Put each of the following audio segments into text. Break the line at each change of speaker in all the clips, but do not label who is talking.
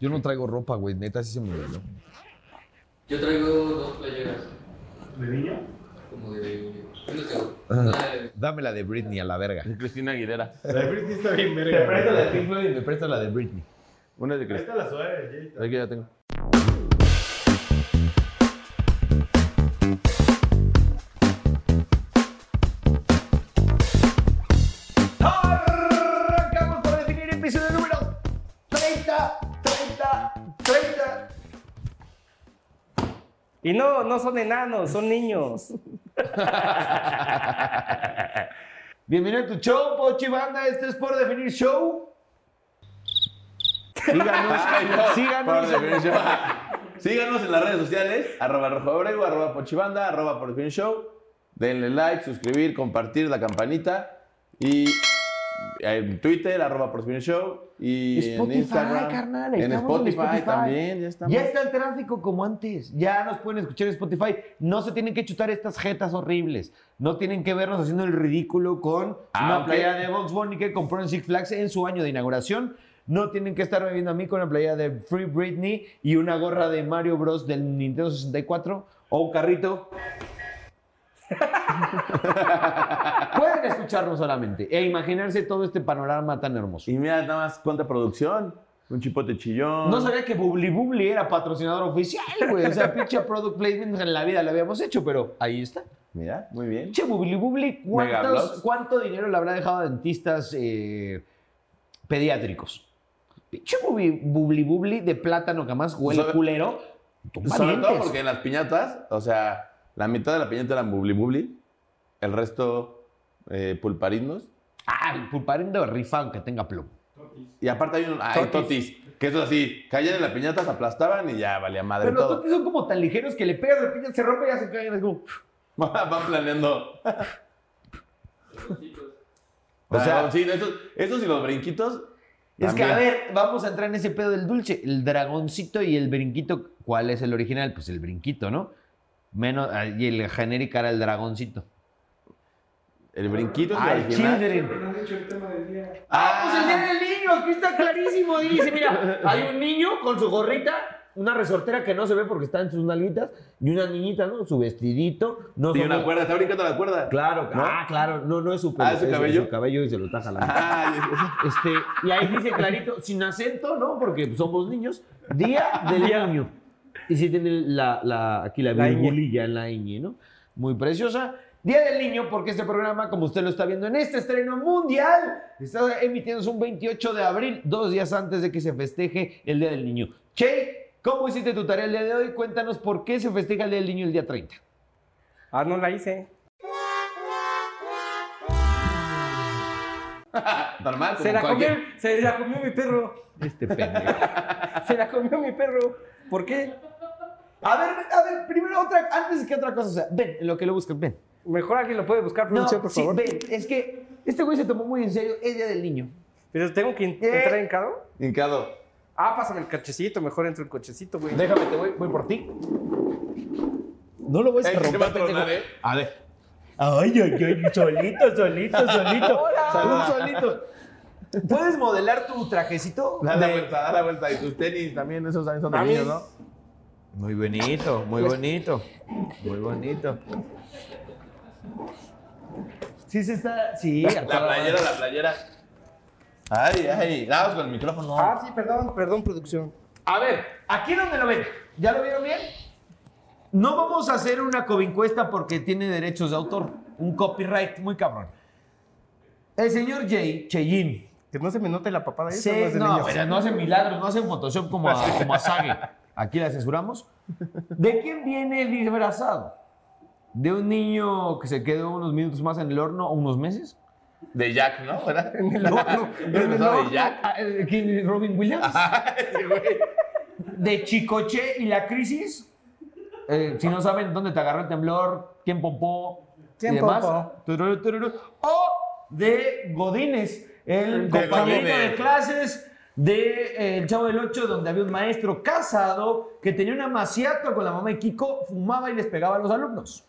Yo no traigo ropa, güey. Neta, sí se me olvidó.
Yo traigo dos playeras,
¿De niño?
como de. Yo no tengo. Una de-
Dame la de Britney a la verga.
De Cristina Aguilera.
La de Britney está bien
Me
verga.
presta
güey.
la de Pink Floyd y me presta la de Britney.
Una de
Ahí
Cristina.
está la suave, Jay.
Aquí ya tengo.
Arrancamos por definir episodio número 30, 30, 30.
Y no, no son enanos, son niños.
Bienvenido a tu show, Pochi Banda. Este es por definir show. Síganos,
Por
síganos.
definir show. Síganos en las redes sociales, arroba rojo Abrego, arroba pochibanda, arroba por definir show. Denle like, suscribir, compartir la campanita. Y en Twitter, arroba por definir show. Y en
Spotify,
Instagram.
carnal,
en
estamos en
Spotify,
Spotify.
también, ya estamos.
Ya está el tráfico como antes. Ya nos pueden escuchar en Spotify. No se tienen que chutar estas jetas horribles. No tienen que vernos haciendo el ridículo con
Ah,
una
ok.
playa de Box Bunny que compró en Six Flags en su año de inauguración. No tienen que estar bebiendo a mí con una playa de Free Britney y una gorra de Mario Bros. del Nintendo 64 o un carrito. Pueden escucharnos solamente e imaginarse todo este panorama tan hermoso.
Y mira nada más cuánta producción. Un chipote chillón.
No sabía que Bubli Bubli era patrocinador oficial, güey. O sea, pinche product placement en la vida la habíamos hecho, pero ahí está.
Mira, muy bien.
Pinche Bubli Bubli,
Megablogs.
¿cuántos- ¿cuánto dinero le habrá dejado a dentistas eh, pediátricos? Pinche Bubli, Bubli Bubli de plátano que más huele
Sobre-
culero. Tumba
Sobre todo
dientes.
porque en las piñatas, o sea, la mitad de la piñata eran bubli bubli, el resto eh, pulparindos.
Ah, el pulparindo rifado que tenga plomo.
Y aparte hay un. ¡Ay, totis! Que eso así, caían en las piñatas, aplastaban y ya valía madre
Pero los
todo.
totis son como tan ligeros que le pegas, le pinches, se rompe y ya se caen. Es como...
Van planeando.
O
O
sea-
sea, sí, esos, esos y los brinquitos.
Es que, a
también.
ver, vamos a entrar en ese pedo del dulce. El dragoncito y el brinquito, ¿cuál es el original? Pues el brinquito, ¿no? Menos, ah, y el genérico era el dragoncito.
El brinquito es
Ah,
el
el
original.
children.
No han dicho el tema del día.
Ah, pues el día del niño, aquí está clarísimo. y Dice, mira, hay un niño con su gorrita, una resortera que no se ve porque está en sus nalguitas, y una niñita, ¿no? Su vestidito. No
Y
son-
una cuerda, está brincando la cuerda.
Claro,
¿No?
ah, claro, no, no es su pelo,
Ah, ¿es su
es- es
cabello?
su cabello y se lo está jalando.
Ah,
Este, y ahí dice clarito, sin acento, ¿no? Porque somos niños, día del niño. Y sí tiene la, la- aquí la
La ñ.
virgulilla en la ñ, ¿no? Muy preciosa. Día del niño, porque este programa, como usted lo está viendo en este estreno mundial, está emitiéndose un 28 de abril, dos días antes de que se festeje el Día del Niño. Che, ¿cómo hiciste tu tarea el día de hoy? Cuéntanos por qué se festeja el Día del Niño el día 30.
Ah, no la hice.
normal, como
Se la, comió,
cualquier.
se la comió mi perro.
Este pendejo.
Se la comió mi perro. ¿Por qué?
A ver, a ver, primero otra, antes que otra cosa, o sea, ven, en lo que lo buscan, ven.
Mejor alguien lo puede buscar,
No,
producción, por
sí,
favor.
ve, es que este güey se tomó muy en serio, es día del niño.
Pero tengo que in-
Eh.
entrar en carro.
Hincado.
Ah, pásame el cochecito. Mejor entro en cochecito, güey.
Déjame, te voy, voy por ti. No lo voy
Eh,
a
se
romper.
va a tornar,
pendejo.
¿eh?
A ver. Ay, ay, ay, solito, solito, solito. Hola. solito. ¿Puedes modelar tu trajecito?
Da la
De-
vuelta, da la vuelta. Y tus tenis también, esos también son de
A mí-
niños, ¿no?
Muy bonito, muy
Pues-
bonito. Muy bonito. Sí, se está. Sí, a toda
La playera,
madre.
la playera. Ay, ay, daos con el micrófono.
Ah, sí, perdón, perdón, producción.
A ver, aquí donde lo ven. ¿Ya lo vieron bien? No vamos a hacer una covincuesta porque tiene derechos de autor. Un copyright muy cabrón. El señor Jay Cheyín.
Que no se me note la papada. Eso no
se-
es pues, de
no,
niños.
bueno, no hace milagros, no hace Photoshop como a, como a Sage. Aquí la censuramos. ¿De quién viene disfrazado? ¿De un niño que se quedó unos minutos más en el horno o unos meses?
De Jack, ¿no? ¿Verdad?
No, no,
¿Eres
no,
pasado
no.
de Jack?
Ah, eh, ¿Quién? ¿Robin Williams?
Ay, güey.
de Chicoche y la crisis. Eh, si no saben dónde te agarró el temblor, quién pompó
¿Quién
y demás.
pompó?
Tururú, tururú. O de Godínez, el
De
compañero
Godínez.
de clases de eh, El Chavo del Ocho, donde había un maestro casado que tenía una maciata con la mamá de Kiko, fumaba y les pegaba a los alumnos.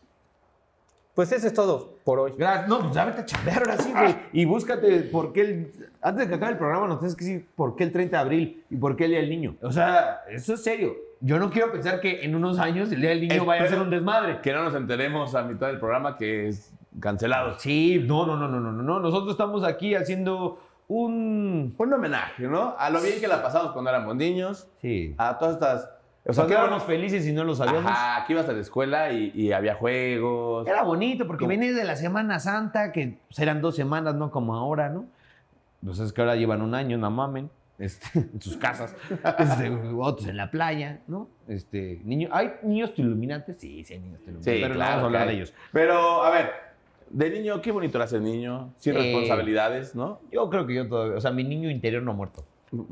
Pues eso es todo por hoy.
Gracias. No, pues ya vete a chambear ahora sí, güey. Y búscate por qué el. Antes de que acabe el programa, nos tienes que decir por qué el 30 de abril y por qué el Día del Niño. O sea, eso es serio. Yo no quiero pensar que en unos años el Día del Niño vaya a
Espero-
ser un desmadre.
Que no nos enteremos a mitad del programa que es cancelado.
Sí, no, no, no, no, no, no, no. Nosotros estamos aquí haciendo un.
Un homenaje, ¿no? A lo bien que la pasamos cuando éramos niños,
Sí.
a todas estas...
O sea,
no
quedábamos felices y no lo sabíamos.
Ajá, aquí ibas a la escuela y, y había juegos.
Era bonito porque
No.
venía de la Semana Santa, que pues, eran dos semanas, no como ahora, ¿no? Pues es que ahora llevan un año, no mamen, este, en sus casas, este, otros en la playa, ¿no? Este, niño, ¿Hay niños iluminantes? Sí, sí hay niños iluminantes,
Sí,
pero no
claro
vamos a
que
hablar de
hay.
ellos.
Pero, a ver, de niño, qué bonito era ser niño, sin
Eh.
Sí.
responsabilidades, ¿no?
Yo creo que yo todavía, o sea, mi niño interior no ha muerto.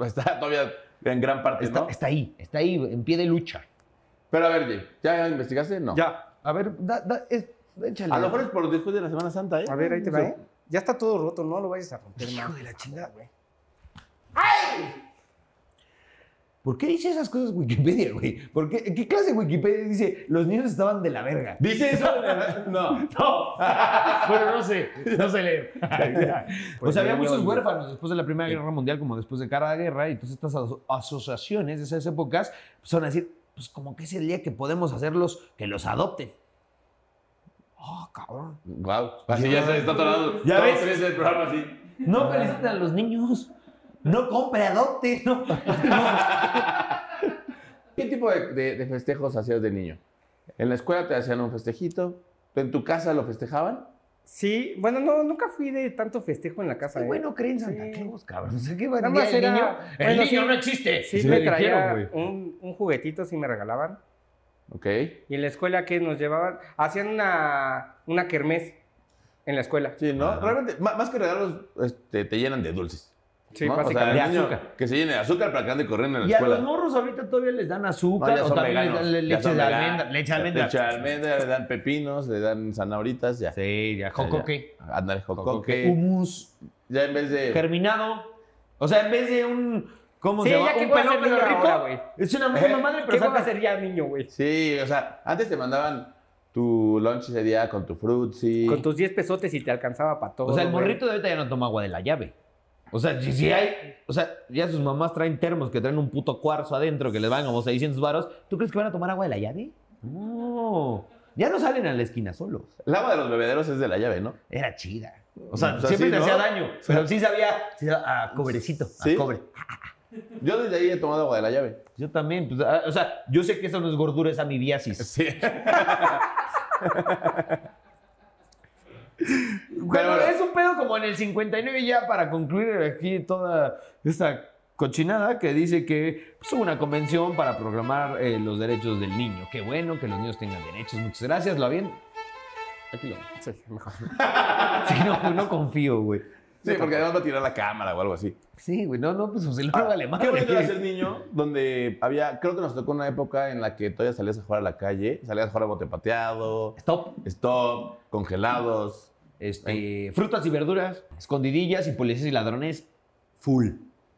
Está todavía en gran parte,
Está,
¿no?
está ahí, está ahí, en pie de lucha.
Pero a ver, Jay, ¿ya investigaste? No.
Ya. A ver, da, da- es- échale.
A lo mejor es por después de la Semana Santa, ¿eh?
A ver, ahí te va, ¿eh? Ya está todo roto, no lo vayas a romper.
Hijo
man.
de la chingada.
güey.
¿Por qué dice esas cosas Wikipedia, güey? ¿Por qué, ¿Qué clase de Wikipedia dice los niños estaban de la verga?
¿Dice eso? no.
No. bueno, no sé, no sé leer. o sea, había muchos huérfanos después de la Primera Guerra Mundial, como después de cada guerra, y entonces estas aso- asociaciones de esas épocas pues, son a decir, pues como que es el día que podemos hacerlos, que los adopten. Oh, cabrón.
Wow. Así ya se está atorado.
Ya
todos
ves.
tres del programa así.
No feliciten a los niños. No compre, adopte. No.
¿Qué tipo de, de- de festejos hacías de niño? ¿En la escuela te hacían un festejito? ¿En tu casa lo festejaban?
Sí, bueno, no, nunca fui de tanto festejo en la casa. ¿eh?
bueno, creen Santa
Sí.
Claus, cabrón. O sea, ¿qué va
Nada
el
más
día del
era-
niño? El
bueno,
niño
sí.
no existe.
Sí,
Se
me
lo dijeron,
traía
güey.
un, un juguetito, sí me regalaban.
Ok.
Y en la escuela que nos llevaban, hacían una, una kermés en la escuela.
Sí, ¿no?
Ajá.
Realmente, ma- más que regalos, este, te llenan de dulces.
Sí,
¿no? O sea,
básicamente.
el
De
niño
azúcar.
Que se llene de azúcar para que ande corriendo en
Y
la
a los
escuela.
morros ahorita todavía les dan
No,
azúcar
ya
o
son
también
veganos,
les dan le-
ya
leche
son
de
veganos.
almendra. Leche de almendra.
Leche de almendra, le dan pepinos, le dan zanahoritas, ya.
Sí, ya, jocoque.
Andar
Jocoque.
jocoque.
Humus.
Ya en vez de.
Germinado. O sea, en vez de un. ¿Cómo
Sí,
se llama?
ya que
un
puede ser
pero
niño ahora, güey.
Es una misma madre,
¿Qué
pero
va a
saca
ser ya niño, güey?
Sí, o sea, antes te mandaban tu lunch ese día con tu frutzi.
Con tus 10 pesotes y te alcanzaba para todo.
O sea, el
güey.
morrito de ahorita ya no toma agua de la llave. O sea, si, si hay. O sea, ya sus mamás traen termos que traen un puto cuarzo adentro que les van como 600 varos. ¿Tú crees que van a tomar agua de la llave? No. Ya no salen a la esquina solos.
El agua de los bebederos es de la llave, ¿no?
Era chida. O sea,
O sea,
siempre te
sí, Mm, pues ¿no?
hacía daño. Pero sí sabía. sí sabía a cobrecito.
¿Sí?
A cobre.
Yo desde ahí he tomado agua de la llave.
Yo también. pues, ah, o sea, yo sé que eso no es gordura, es amibiasis.
Sí.
Pero
bueno.
es un pedo como en el 59 ya para concluir aquí toda esta cochinada que dice que pues, hubo una convención para programar eh, los derechos del niño. Qué bueno que los niños tengan derechos. Muchas gracias, lo bien. Aquí lo.
Sí, mejor.
Sí, no, no confío, güey.
Sí, porque además va a tirar la cámara o algo así.
Sí, güey, no, no, pues su celular vale
Qué bonito era
madre.
ser niño, donde había, creo que nos tocó una época en la que todavía salías a jugar a la calle, salías a jugar a bote pateado,
Stop.
stop, congelados.
Este, frutas y verduras, escondidillas y policías y ladrones. Full.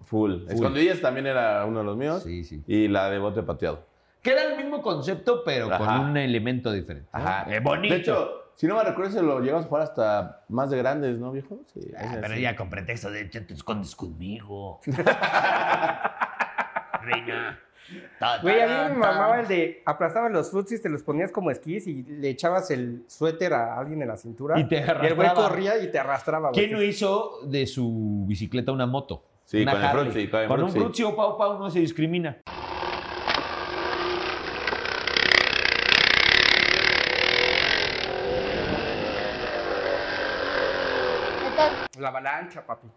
Full. Escondidillas también era uno de los míos.
Sí, sí.
Y la de bote pateado.
Que era el mismo concepto, pero
Ajá.
con un elemento diferente. ¿no?
Ajá.
Eh, bonito.
De hecho, si no me recuerdo, se lo llegamos a jugar hasta más de grandes, ¿no, viejo? Sí.
Ah,
es
pero
así.
ya con pretexto de "Ya te escondes conmigo. Reina. Ta, ta,
Güey, a mí
ta,
me
ta.
mamaba el de aplazabas los frutsis, te los ponías como esquís y le echabas el suéter a alguien en la cintura.
Y te
el güey
arrastraba.
corría y te arrastraba, güey.
¿Quién no hizo de su bicicleta una moto?
Sí,
Una
con el
Harley.
Fruitsy, con el
un
Fruitsy.
Fruitsy o Pau Pau no se discrimina.
La avalancha, papi.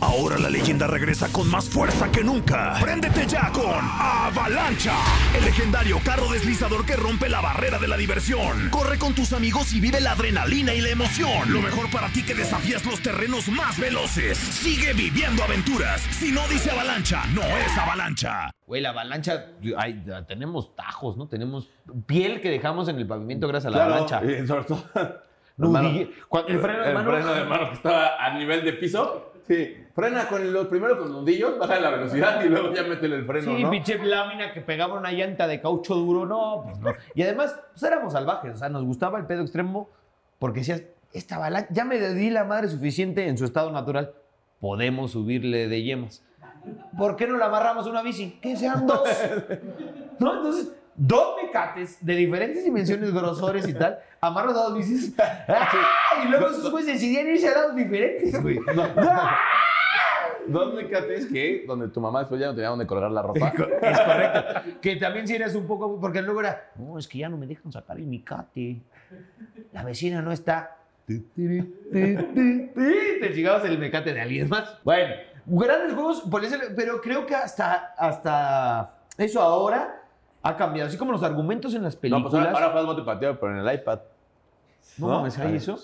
Ahora la leyenda regresa con más fuerza que nunca. Préndete ya con Avalancha, el legendario carro deslizador que rompe la barrera de la diversión. Corre con tus amigos y vive la adrenalina y la emoción. Lo mejor para ti que desafías los terrenos más veloces. Sigue viviendo aventuras. Si no dice Avalancha, no es Avalancha.
Güey, la avalancha, ay, ya tenemos tajos, ¿no? Tenemos piel que dejamos en el pavimento gracias a la
Claro,
avalancha.
y sobre todo.
Nudille-
hermano,
cuando- el freno de mano.
que estaba a nivel de piso. Sí, frena con los primero con los nudillos, baja la velocidad y luego ya métele el freno,
Sí,
¿no?
pinche lámina que pegaba una llanta de caucho duro, no, pues no. Y además, pues éramos salvajes, o sea, nos gustaba el pedo extremo porque decías, esta bala, ya me di la madre suficiente en su estado natural, podemos subirle de yemas. ¿Por qué no la amarramos a una bici? Que sean dos. ¿No? Entonces, dos mecates de diferentes dimensiones, grosores y tal, amarras a dos bicis. ¡Ah! Y luego esos güeyes decidían irse a lados diferentes, güey.
Dos mecates que donde tu mamá después ya no pues tenía donde colgar la ropa.
Es correcto. Que también si eres un poco, porque luego era, no, es que ya no me dejan sacar el micate. La vecina no está. Tu, tu, tu, tu, tu. Te llegabas el mecate de alguien más. Bueno, grandes juegos, por eso- pero creo que hasta, hasta eso ahora ha cambiado. Así como los argumentos en las
No,
películas.
pues ahora, ahora juegas bote pateado, pero en el iPad.
No,
¿No?
mames, ¿hay eso?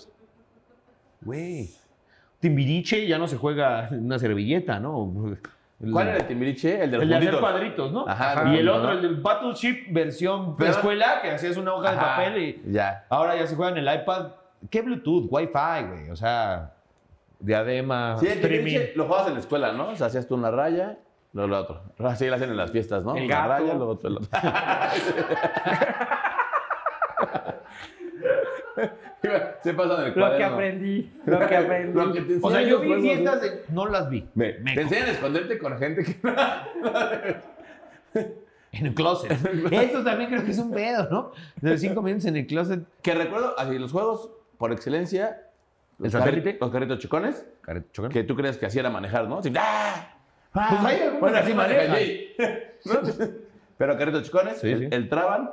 Güey. Timbiriche ya no se juega en una servilleta, ¿no? El-
¿Cuál era el timbiriche? El de los
el de hacer
puntitos.
cuadritos, ¿no?
Ajá,
y el
¿no?
otro, el del Battleship versión
Pero-
escuela, que hacías una hoja
Ajá,
de papel y
Ya.
ahora ya se juega en el iPad. ¿Qué Bluetooth? Wi-Fi, güey. O sea, diadema,
Sí, el
Ah, streaming.
timbiriche lo jugabas en la escuela, ¿no? O sea, hacías tú una raya, luego la otra. Así la hacen en las fiestas, ¿no?
El
una
gato.
raya, luego tú la otra. Se pasa en el cuaderno.
Lo que aprendí, lo que aprendí.
Lo que te
O sea,
enseñan
yo
los
vi
juegos,
fiestas
¿no?
de... No las vi.
Ve, Te enseñan a esconderte con gente que no
En el closet. Eso también creo que es un pedo, ¿no? De cinco minutos en el closet.
Que recuerdo, así, los juegos por excelencia.
¿El
los
satélite?
carri- Los carritos chocones,
Cara, chocan.
que tú crees que así era manejar, ¿no? Así, ¡ah! ¡Ah!
Pues hay algunos
bueno,
que
así
sí
maneja.
manejan.
¿No? Pero carritos chocones,
Sí,
el,
sí.
el Trabant.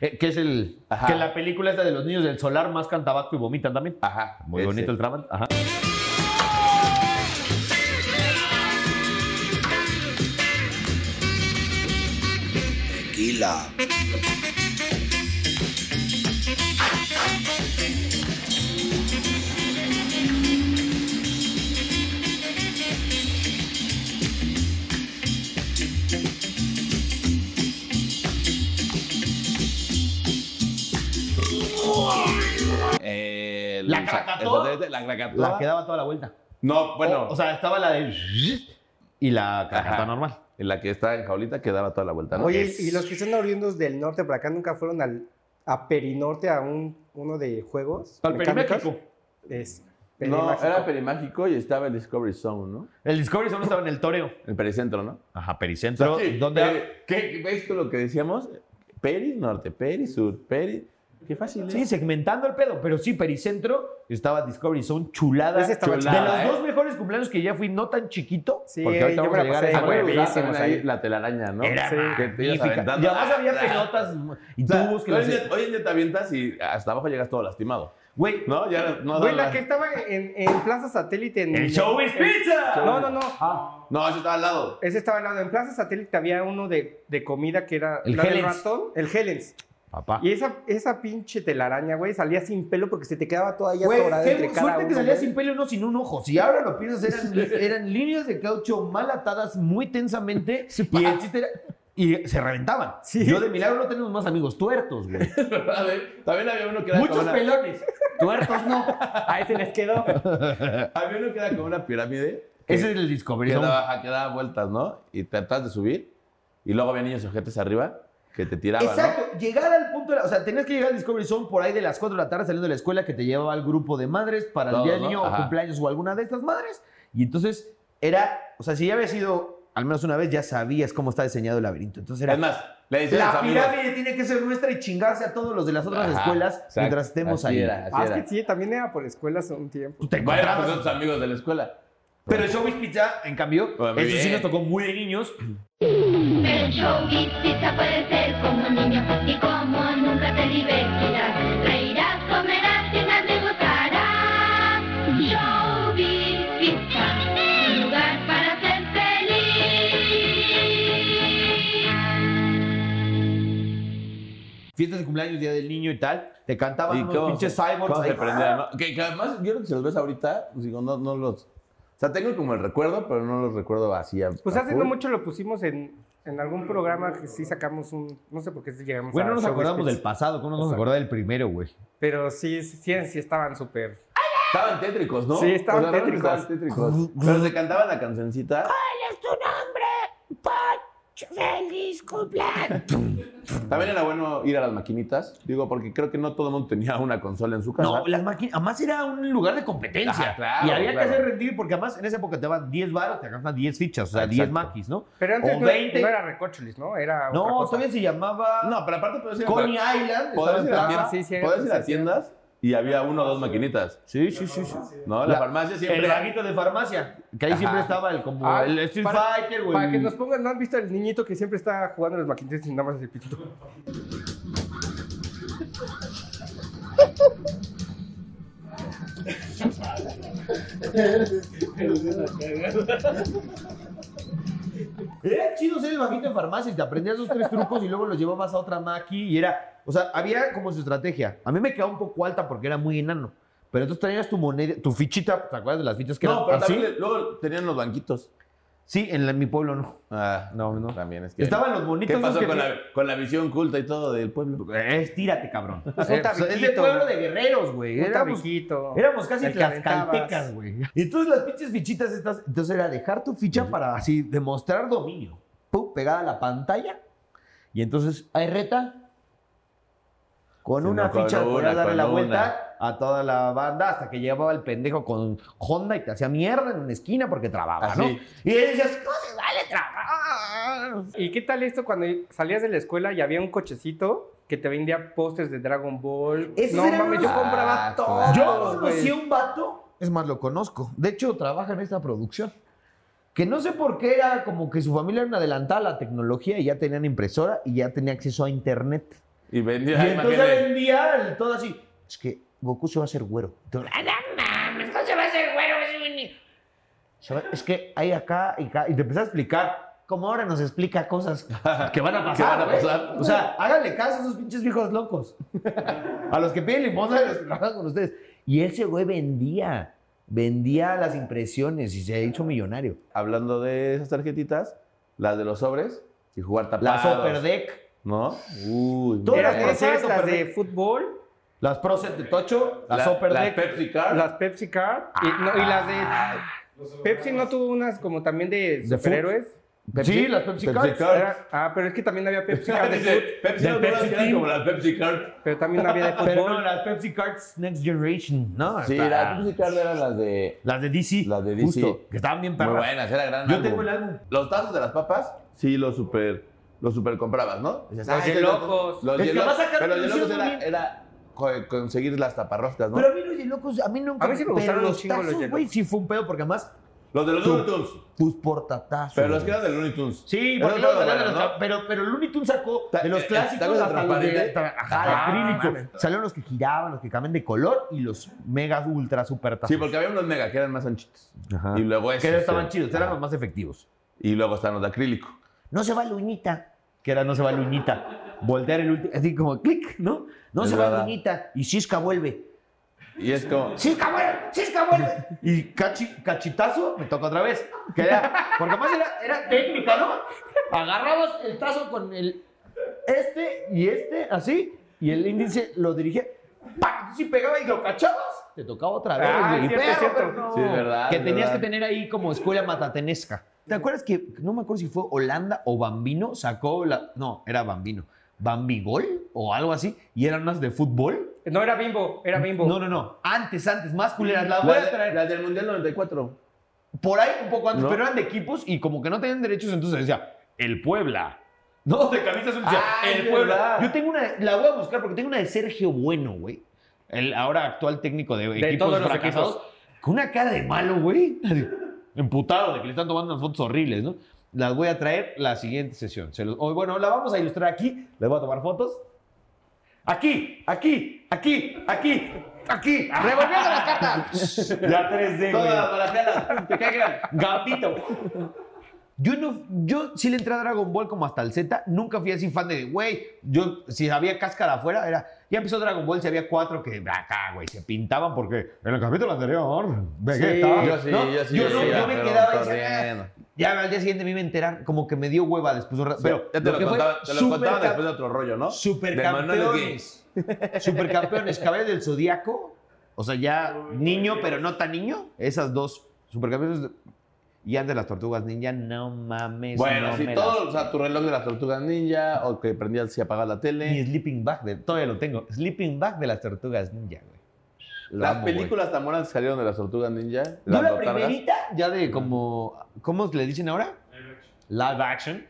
Eh, que es el...
Ajá.
Que la película esta de los niños del solar mascan tabaco y vomitan también.
Ajá.
Muy
ese.
bonito el Trabant. Ajá.
Tequila.
Eh,
¿La
el sa-
Krakatoa?
el satélite, La Krakatoa.
La que daba toda la vuelta.
No, bueno.
O, o sea, estaba la de... Y la carcata
Ajá.
normal.
en la que está en jaulita que daba toda la vuelta, ¿no?
Oye, ¿y los que están oriundos del norte para acá nunca fueron al, a Perinorte a un, uno de juegos?
Al
mecánicos?
Periméxico.
Es,
No,
Perimágico.
era Perimágico y estaba el Discovery Zone, ¿no?
El Discovery solo estaba en el toreo.
El Pericentro, ¿no?
Ajá, Pericentro.
Sí,
¿Dónde?
eh, ¿Qué, qué- ¿Ves tú lo que decíamos? Peri Norte, Peri Sur, Peri... Qué fácil ¿eh?
Sí,
es.
segmentando el pedo, pero sí, Pericentro estaba Discovery Zone chulada.
Ese estaba ¿eh?
de los
chulada,
dos mejores cumpleaños que ya fui, no tan chiquito.
Sí,
porque ahorita
yo
vamos a
me la
llegar a
pasé
esa
de
hueva.
huevísimo.
Huevísimo,
buenísimos
ahí
ahí.
la telaraña, ¿no?
Era
Sí. que te ibas
magnífica. Y
aventando.
además había pelotas y
O sea,
tubos que
hoy,
las-
en día, hoy en día te avientas y hasta abajo llegas todo lastimado.
Güey,
¿No? Ya no
Güey,
da
la que estaba en, en Plaza Satélite. En,
el show es pizza.
No, no, no.
No, eso está al lado.
Ese estaba al lado. En Plaza Satélite había uno de, de comida que era
El
la del
Helens.
ratón. El Helens.
Ah.
Papá.
Y esa, esa pinche telaraña, güey, salía sin pelo porque se te quedaba toda ya
Güey,
atorada
qué
entre
bu-
cada
suerte que
uno, ¿eh?
salía
güey.
sin pelo uno sin un ojo. Si ahora lo piensas, eran, eran líneas de caucho mal atadas muy tensamente. y el chiste era. Y se reventaban.
Sí.
Yo de milagro no tenemos más amigos tuertos, güey.
A ver, También había uno que era
Muchos
como una-
pelones. Tuertos no.
A Ah, ese les quedó.
Había uno que era como una pirámide. que-
Ese es el Discovery
que
Zone.
daba, ajá, que daba vueltas, ¿no? Y tratas de subir. Y luego había niños ojetes arriba que te tiraban,
Exacto, llegar al punto, de la- o sea, tenías que llegar al Discovery Zone por ahí de las 4 de la tarde saliendo de la escuela que te llevaba al grupo de madres para el
Todos,
día del
¿no?
niño o
Ajá.
cumpleaños o alguna de estas madres. Y entonces era, o sea, si ya había sido al menos una vez, ya sabías cómo está diseñado el laberinto. Entonces era,
¿no? Es más, le decían a
la
los amigos,
pirámide tiene que ser nuestra y chingarse a todos los de las otras
Ajá,
escuelas
exacto,
mientras estemos
así
ahí.
era, así
Ah, es
era.
que sí, también era por escuelas un tiempo.
Pues te
Bueno,
encontrabas.
pues son tus amigos de la escuela.
Pero el Showbiz Pizza, en cambio,
Bueno, muy
eso sí
bien.
nos tocó muy de niños.
Pero el showbiz pizza puede ser como un niño y como nunca te divertirás. Reirás, comerás, tendrás de gozarás. Showbiz pizza, un lugar para ser feliz.
Fiestas de cumpleaños, día del niño y tal. Te cantaban
Y
unos
cómo
pinches
se-
cyborgs.
cómo se
ahí.
prendían, ¿no? Que, que además, yo creo que si los ves ahorita, pues, digo, no, no los... O sea, tengo como el recuerdo, pero no los recuerdo así. a-
Pues
a
Ah,
hace
full.
no mucho lo pusimos en, en algún programa que sí sacamos un. No sé por qué sí llegamos
Bueno,
a
no nos
Showbiz
acordamos
Kids,
del pasado, ¿cómo nos vamos a acordar del primero, güey?
Pero sí, sí, sí estaban súper.
Estaban tétricos, ¿no?
Sí, estaban
realmente
tétricos.
Estaban tétricos. Pero se cantaba la cancioncita. También era bueno ir a las maquinitas, digo, porque creo que no todo el mundo tenía una consola en su casa.
No, las máquinas. Además era un lugar de competencia.
Ajá, claro,
y había
claro.
que hacer rendir, porque además en esa época te daban 10 varos, te agarran 10 fichas, o sea,
Exacto.
10 maquis, ¿no?
Pero antes
O
no,
20.
no era Recorcholis, ¿no? Era
No,
otra cosa.
todavía se llamaba
No, pero aparte
pues,
podías ir a,
Coney Island.
podías
estaba en
ir a
plaza.
tiendas,
sí, sí,
podías ir a
entonces,
tiendas y había una o dos maquinitas,
Sí, sí, sí. sí.
¿no? La,
La-
farmacia
El
siempre...
vaguito de farmacia, que ahí
Ajá.
siempre estaba el como
Ah,
el Street
para-
Fighter, güey.
Para que nos pongan, ¿no han visto el niñito que siempre está jugando los maquinitas y nada más hace pitito?
Era chido ser el vaguito de farmacia y te aprendías esos tres trucos y luego los llevabas a otra maqui y era, o sea, había como su estrategia. A mí me quedaba un poco alta porque era muy enano. Pero entonces traías tu moneda, tu fichita, ¿te acuerdas de las fichas que ¿Ah, eran
No, pero
así?
también le- luego tenían los banquitos.
Sí, en, la- en mi pueblo no.
Ah,
No, no.
También es que...
Estaban los
¿Qué
bonitos. esos
pasó
que
con,
te-
la, con la visión culta y todo del pueblo?
Eh, Estírate, cabrón.
un
Eh, pues, es de
tabiquito.
pueblo de guerreros, güey.
Un
Éramos,
tabiquito.
éramos casi
El que aventabas.
tlaxcaltecas, güey. Y entonces las pinches fichitas estas. Entonces era dejar tu ficha para así demostrar dominio. Pum, pegada a la pantalla. Y entonces hay reta. Con
Sí,
una
no, con
ficha
una,
podías darle la
con
vuelta a toda la banda hasta que llegaba el pendejo con Honda y te hacía mierda en una esquina porque trababa,
Así.
Ah, ¿no? Y él decías, ¿cómo se vale trabar?
¿Y qué tal esto cuando salías de la escuela y había un cochecito que te vendía pósters de Dragon Ball?
Esos
no
eran
mames,
los-
yo compraba
Ah,
todo.
Yo
claro,
conocí a un vato, es más, lo conozco. De hecho, trabaja en esta producción. Que no sé por qué era como que su familia era una adelantada a la tecnología y ya tenían impresora y ya tenía acceso a internet.
Y
Y
vendía
entonces
imágenes.
vendía el todo así. Es que Goku se va a hacer güero. Entonces, "Ah, no mames, ¿cómo se va a hacer güero? Es un niño". Se va- Es que hay acá y acá. Y te empecé a explicar. Como ahora nos explica cosas que van a pasar.
van a
güey.
pasar.
O sea, háganle caso a esos pinches viejos locos. A los que piden limosna y los que trabajan con ustedes. Y ese güey vendía. Vendía las impresiones y se ha hecho millonario.
Hablando de esas tarjetitas, las de los sobres y
La
jugar tapados.
Superdeck.
¿no? Uy,
Todas
Eran
las
mira,
cosas
esas, las
súper
de fútbol,
Las Proset de Tocho. La,
la-
Superdeck.
las Pepsi Card.
las Pepsi Card y, no, y las
Ah,
de... Pepsi no tuvo unas como también de
fut.
superhéroes.
Sí, las Pepsi,
Pepsi
Cards.
Card.
Era- ah, pero es que también había Pepsi Card de
Dice,
fut,
Pepsi
Del
no dudas
Pepsi
que eran
Team.
como las Pepsi Card.
pero también había de
Pero no,
fútbol.
las Pepsi Cards Next Generation, ¿no?
Ah, Sí,
Ah, Está-
las Pepsi Card eran las de
Las de DC.
Las de DC.
que estaban bien
muy
perras.
buenas, era gran
Yo
álbum.
tengo el álbum.
Los tazos de las papas, sí, los super, los super comprabas, ¿no? Decías,
Los
"Ah, este
Yelocos".
tazo". Los
El que
Yelocos,
va a sacar
pero los
televisión
Yelocos era,
también.
era co- conseguir las taparroscas, ¿no?
Pero a mí los locos, a mí nunca.
A mí sí me gustaron
pero
un chingo los
tazos, güey,
Yelocos.
sí fue un pedo, porque además,
los de los
Tú.
Looney Tunes.
tus portatazos.
Pero los que
güey.
eran de Looney Tunes.
Sí,
Esos
porque luego
estaban
salían de los
buenos,
ca- pero, pero Looney Tunes sacó
Ta-
de los
eh,
clásicos
¿tacos de
hasta los de,
transparente?
tra- ajá,
Ah,
de acrílico.
mames.
Salieron los que giraban, los que cambian de color y los mega ultra super tazos.
Sí, porque había unos mega que eran más anchitos.
Ajá.
Y luego esos.
Ah. que estaban
eh,
chidos, eran los más efectivos.
Y luego estaban los de acrílico.
No se va Luñita. Que era no se va Luñita. Voltear el último, así como clic, ¿no? No
Es
se va
verdad.
Luñita. Y Sisca vuelve.
Y es como,
¡Chisca vuelve! ¡Chisca vuelve! Y cachi- cachitazo me toca otra vez. Que era- porque además era, era técnica, ¿no? Agarrabas el tazo con el este y este, así, y el índice lo dirigía. ¡Pam! Si pegaba y lo cachabas, te tocaba otra vez.
Ah,
güey.
es cierto, es
Pero,
cierto.
no.
Sí, es verdad,
Que
es
tenías
verdad.
que tener ahí como escuela matatenesca. ¿Te acuerdas que, no me acuerdo si fue Holanda o Bambino, sacó la. No, era Bambino. Bambigol o algo así, y eran unas de fútbol.
No, era bimbo, era bimbo.
No, no, no. Antes, antes, más culeras. La voy
Las
a traer.
del Mundial 94.
Por ahí un poco antes,
¿No?
pero eran de equipos y como que no tenían derechos, entonces decía, el Puebla. No, de camisa azul decía,
Ah,
el
es
Puebla.
verdad.
Yo tengo una, la voy a buscar porque tengo una de Sergio Bueno, güey. El ahora actual técnico de, equipos
todos los
fracasados. Con una cara de malo, güey. Así, Emputado de que le están tomando unas fotos horribles, ¿no? Las voy a traer la siguiente sesión. Se los- o bueno, la vamos a ilustrar aquí. Les voy a tomar fotos. Aquí, aquí, aquí, aquí, aquí. Revolviendo las cartas. Ya 3D,
Todas barajadas. Que caigan.
Gapito. Yo, no, yo sí le entré a Dragon Ball como hasta el Z. Nunca fui así fan de, güey, yo si había cáscara afuera, era... Ya empezó Dragon Ball, si había cuatro que acá, güey, se pintaban porque en el capítulo anterior, Vegeta...
Yo sí,
¿no?
yo sí.
Yo, no,
sí,
yo
ya,
me
pero
quedaba y
todo
decía,
bien.
"Ah". ya al día siguiente me iba a enterar, como que me dio hueva después de un rato. Pero
ya te lo,
que fue
contaba, te lo
supercam-
contaba después de otro rollo, ¿no? De Manuel Gay.
Supercampeones. Supercampeones, Caballeros del Zodíaco. O sea, ya niño, pero no tan niño. Esas dos supercampeones. Y antes las tortugas ninja, no mames.
Bueno,
no
sí,
me
todo, o sea, tu reloj de las tortugas ninja, o que prendías y apagabas la
las- Mi
tele.
sleeping bag, de, todavía lo tengo. Sleeping bag de las tortugas ninja, güey. Lo
Las
amo, güey.
películas tan buenas que salieron de las tortugas ninja.
Yo
las
la
botargas.
primerita, ya de como. ¿Cómo le dicen ahora? Live action.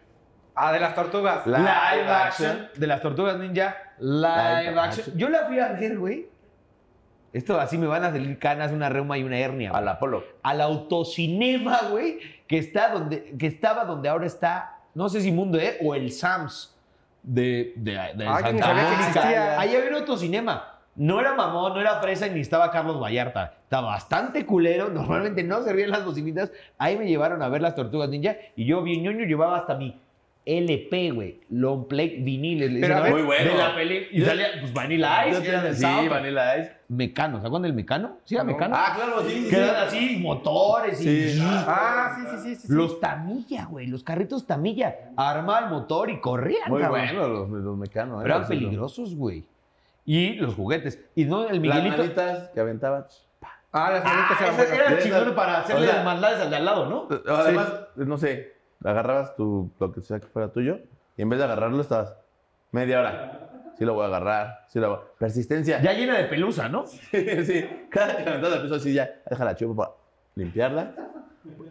Ah, de las tortugas. Ah,
La-
Live action. De las tortugas ninja. Live action.
Live action.
Yo la fui a ver, güey. Esto así me van a salir canas, una reuma y una hernia. güey.
Al Apolo.
al autocinema, güey, que, está donde, que estaba donde ahora está, no sé si Mundo E o el Sams de, de, de
Ah, yo ni
Santa
sabía que
Mónica.
existía.
Ahí había un autocinema. No era mamón, no era fresa y ni estaba Carlos Vallarta. Estaba bastante culero. Normalmente no se ríen las bocinitas. Ahí me llevaron a ver las Tortugas Ninja y yo bien ñoño llevaba hasta mi LP, güey. Long play viniles. le dicen
Pero a
acá,
ver,
Muy bueno.
De la peli. Y salía pues, Vanilla Ice.
Yo
que era
tenía-
del
Sí,
soundtrack.
Vanilla Ice.
Mecano. ¿Se acuerdan del Mecano? ¿Sí era
No.
Mecano?
Ah, claro, sí, sí.
Que
sí.
eran así motores y...
Sí.
Ah, sí, sí, sí. sí, sí.
Los tamilla, güey, los carritos tamilla. Arma el motor y corrían,
Muy
cabrón.
bueno los, los mecanos.
Pero
eh,
eran
por cierto.
peligrosos, güey. Y los juguetes. Y no, el
Las
Miguelito.
manitas que aventaban.
Ah, las
Ah,
manitas eran
ese
buenas.
era el
De esas-
chingón para hacerle
o sea-
las maldades al de al lado, ¿no?
Además, no sé, agarrabas tu, lo que sea que fuera tuyo y en vez de agarrarlo estabas media hora. Sí lo voy a agarrar, sí lo voy a... Persistencia.
Ya llena de pelusa, ¿no?
sí, cada que levantabas la piso así ya, deja la chupa para limpiarla.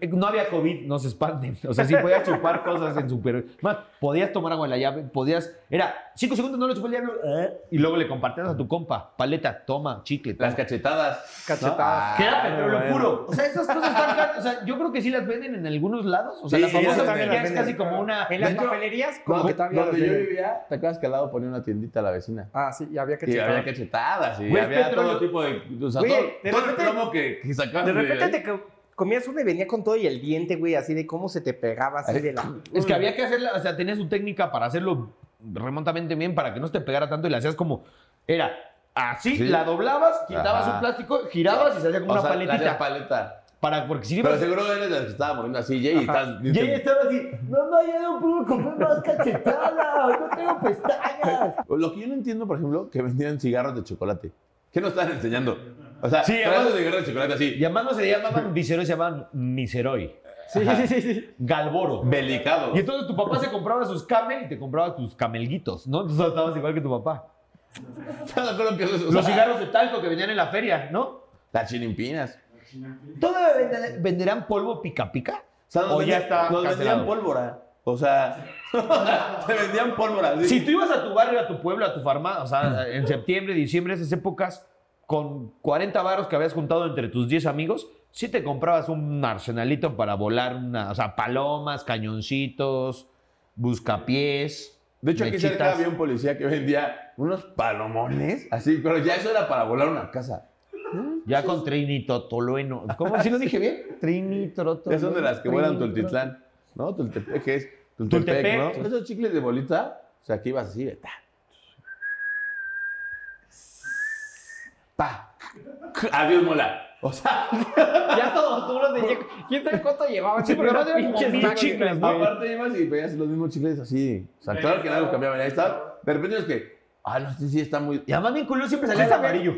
Eh, No había COVID, no se espanten. O sea, sí podías chupar cosas en super. Más, podías tomar agua de la llave, podías. Era cinco segundos, no le chupé el diablo. eh, Y luego le compartías a tu compa. Paleta, toma, chicle.
Las
toma.
cachetadas.
Cachetadas.
Que era
Ah,
petróleo
bueno.
puro. O sea, esas cosas están caras. O sea, yo creo que sí las venden en algunos lados. O sea,
Sí,
la famosa
esas
también
tortilla
las
es casi
venden.
como una.
En las
Yo-
papelerías, como que
Donde,
todavía.
donde
los
yo
de-
vivía, te acuerdas que al lado ponía una tiendita a la vecina.
Ah, sí, y había que
Y
checar.
había cachetadas y
Güey,
había
Pedro,
todo
yo-
tipo de... O sea,
Güey,
todo,
de
todo
repente-
el plomo que, que sacaban.
De repente
ahí.
te co- comías uno y venía con todo y el diente, güey, así de cómo se te pegaba, así de la.
Es que había que hacerla. O sea, tenías su técnica para hacerlo remontamente bien, para que no se te pegara tanto y la hacías como. Era así,
Sí.
la doblabas, quitabas
Ajá.
un plástico, girabas y se hacía como
O
una
sea, le hacías
paletita.
paleta.
para, porque si
Pero
ibas-
seguro eres de las que estaba muriendo así, Jay, y estás...
Y ella estaba así, mamá, ya no puedo comer más cachetadas, no tengo pestañas.
Lo que yo no entiendo, por ejemplo, que vendían cigarros de chocolate. ¿Qué nos están enseñando? O sea,
Sí,
sí,
además-
de cigarros de chocolate
Y
así.
además no se llamaban viceroy, se llamaban miseroy.
Sí, sí, sí, sí.
Galboro.
Belicado.
Y entonces tu papá se compraba sus camel y te compraba tus camelguitos, ¿no? Entonces estabas igual que tu papá.
Creo que eso es- o
Los
sea,
cigarros de talco que venían en la feria, ¿no?
Las chirimpinas.
¿Todavía vende- venderán polvo pica pica?
O, sea,
O ya
vendían-
está
Nos
cancelado.
vendían pólvora. O sea, se vendían pólvora. sí.
Si tú ibas a tu barrio, a tu pueblo, a tu farmacia, o sea, en septiembre, diciembre, esas épocas, con 40 barros que habías juntado entre tus 10 amigos, sí te comprabas un arsenalito para volar, una, o sea, palomas, cañoncitos, buscapiés.
De hecho, aquí
mechitas.
cerca había un policía que vendía unos palomones. Así, pero ya eso era para volar una casa.
Ya con trinitotolueno. ¿Cómo? ¿Sí lo dije bien? Trinitotolueno.
Ya son de las que vuelan
Trinitotolueno.
Tultitlán. ¿No? Tultepec es. Tultepec,
Tultepec.
¿no? Esos chicles de bolita. O sea, aquí ibas así de. ta. Pa. Adiós, mola. O sea,
Ya todos duros de yeco. ¿Quién sabe cuánto llevaban?
Sí, pero
Tenía
no eran como
pinches
mil
tacos,
chicles,
güey.
aparte ibas y veías los mismos chicles así. O sea, claro que nada los cambiaban. Ahí está. De repente es que. Ah, no, este sí está muy.
Y además mi culo siempre salía el
¿Sabe?
amarillo.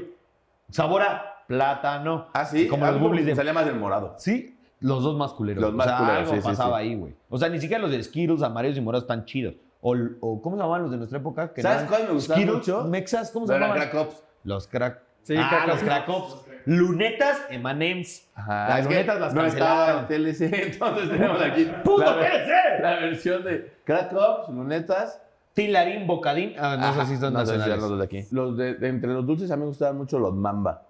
Sabor a plátano.
Ah, sí.
Como
Ah,
los bublis de...
Salía más del morado.
Sí, los dos más culeros.
Los
o
más
sea,
culeros,
algo
sí, sí,
pasaba
sí.
ahí, güey. O sea, ni siquiera los de Skittles, amarillos y morados están chidos. O, o ¿cómo se llamaban los de nuestra época? Que
¿Sabes
eran
cuál me gustaba
Skittles,
mucho?
Mexas, ¿cómo se
Pero eran
llamaban?
crack Ops.
Los crack.
Sí,
ah,
crack
los crack ops. Lunetas M&M's.
Ajá.
Las
Ah, es que
lunetas las
no estaba
cancelaron.
en TLC, entonces tenemos aquí.
¡Puto
la-
PLC!
La versión de crack ups, lunetas.
Tilarín, Bocadín. Ah, no sé si son
no sé si
nacionales.
eran los de aquí. Los de, de entre los dulces a mí me gustaban mucho los mamba.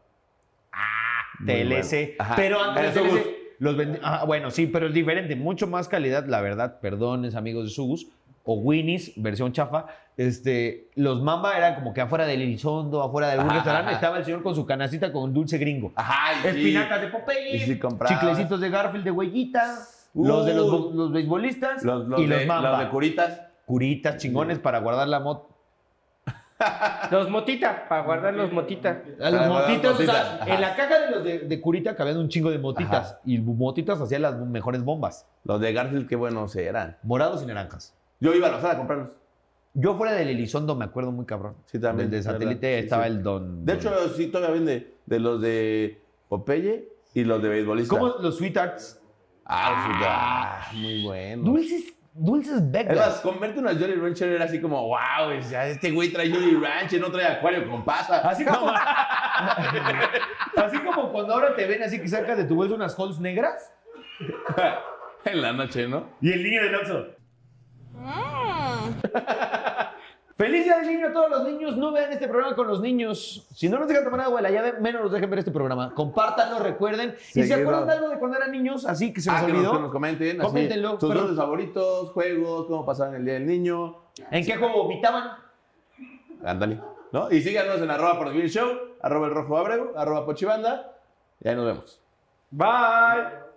Muy
TLC.
bueno. Ajá.
Pero antes de
Era
TLC,
Sugus.
los vendi- ah, bueno, sí, pero es diferente. Mucho más calidad, la verdad. Perdones, amigos de Sugus. O Winnie's, versión chafa. Este, los Mamba eran como que afuera del Elizondo, afuera de algún
Ajá,
restaurante,
ajá.
estaba el señor con su canacita con dulce gringo.
Ajá, y sí.
Espinacas de Popeye,
Y sí compraba.
chiclecitos de Garfield de huellita,
Uh.
los de los, bo- los beisbolistas
Los, los
y los
de,
Mamba.
los de curitas.
Curitas chingones para guardar la moto.
Los motita, para guardar los motita.
A
Para
Las
guardar
motitas, o sea,
motitas, ajá.
en la caja de los de, de curita cabían un chingo de motitas. Y motitas hacían las mejores bombas.
Los de Garfield, qué buenos eran.
Morados y naranjas.
Yo iba a la sala a comprarlos.
Yo fuera del Elizondo me acuerdo muy cabrón.
Sí, también,
Del de
es verdad.
satélite
Sí,
estaba
sí.
el don.
De
don-
hecho, sí, todavía vende de los de Popeye y los de beisbolista.
¿cómo los sweethearts?
Ah, sí, ah, muy bueno.
Dulces, dulces
Es más,
Becas.
comerte unas Jolly Rancher era así como, wow, o sea, este güey trae Jolly Rancher, no trae acuario con pasa.
Así como, así como cuando ahora te ven así que sacas de tu bolsa unas halls negras.
en la noche, ¿no?
Y el niño del Oxxo. Mm. Feliz día del niño a todos los niños. No vean este programa con los niños. Si no nos dejan tomar agua de la llave, menos los dejen ver este programa. Compártanlo, recuerden. Y si
Seguido.
acuerdan de algo de cuando eran niños, así que se nos
Ah, que nos,
olvidó.
que nos comenten. así,
Coméntenlo,
sus
pero-
dulces favoritos, juegos, cómo pasaron el Día del Niño.
¿En qué juego vomitaban?
Ándale. ¿No? Y síganos en arroba por Show, arroba el rojo abreu, arroba pochibanda. Y ahí nos vemos.
Bye.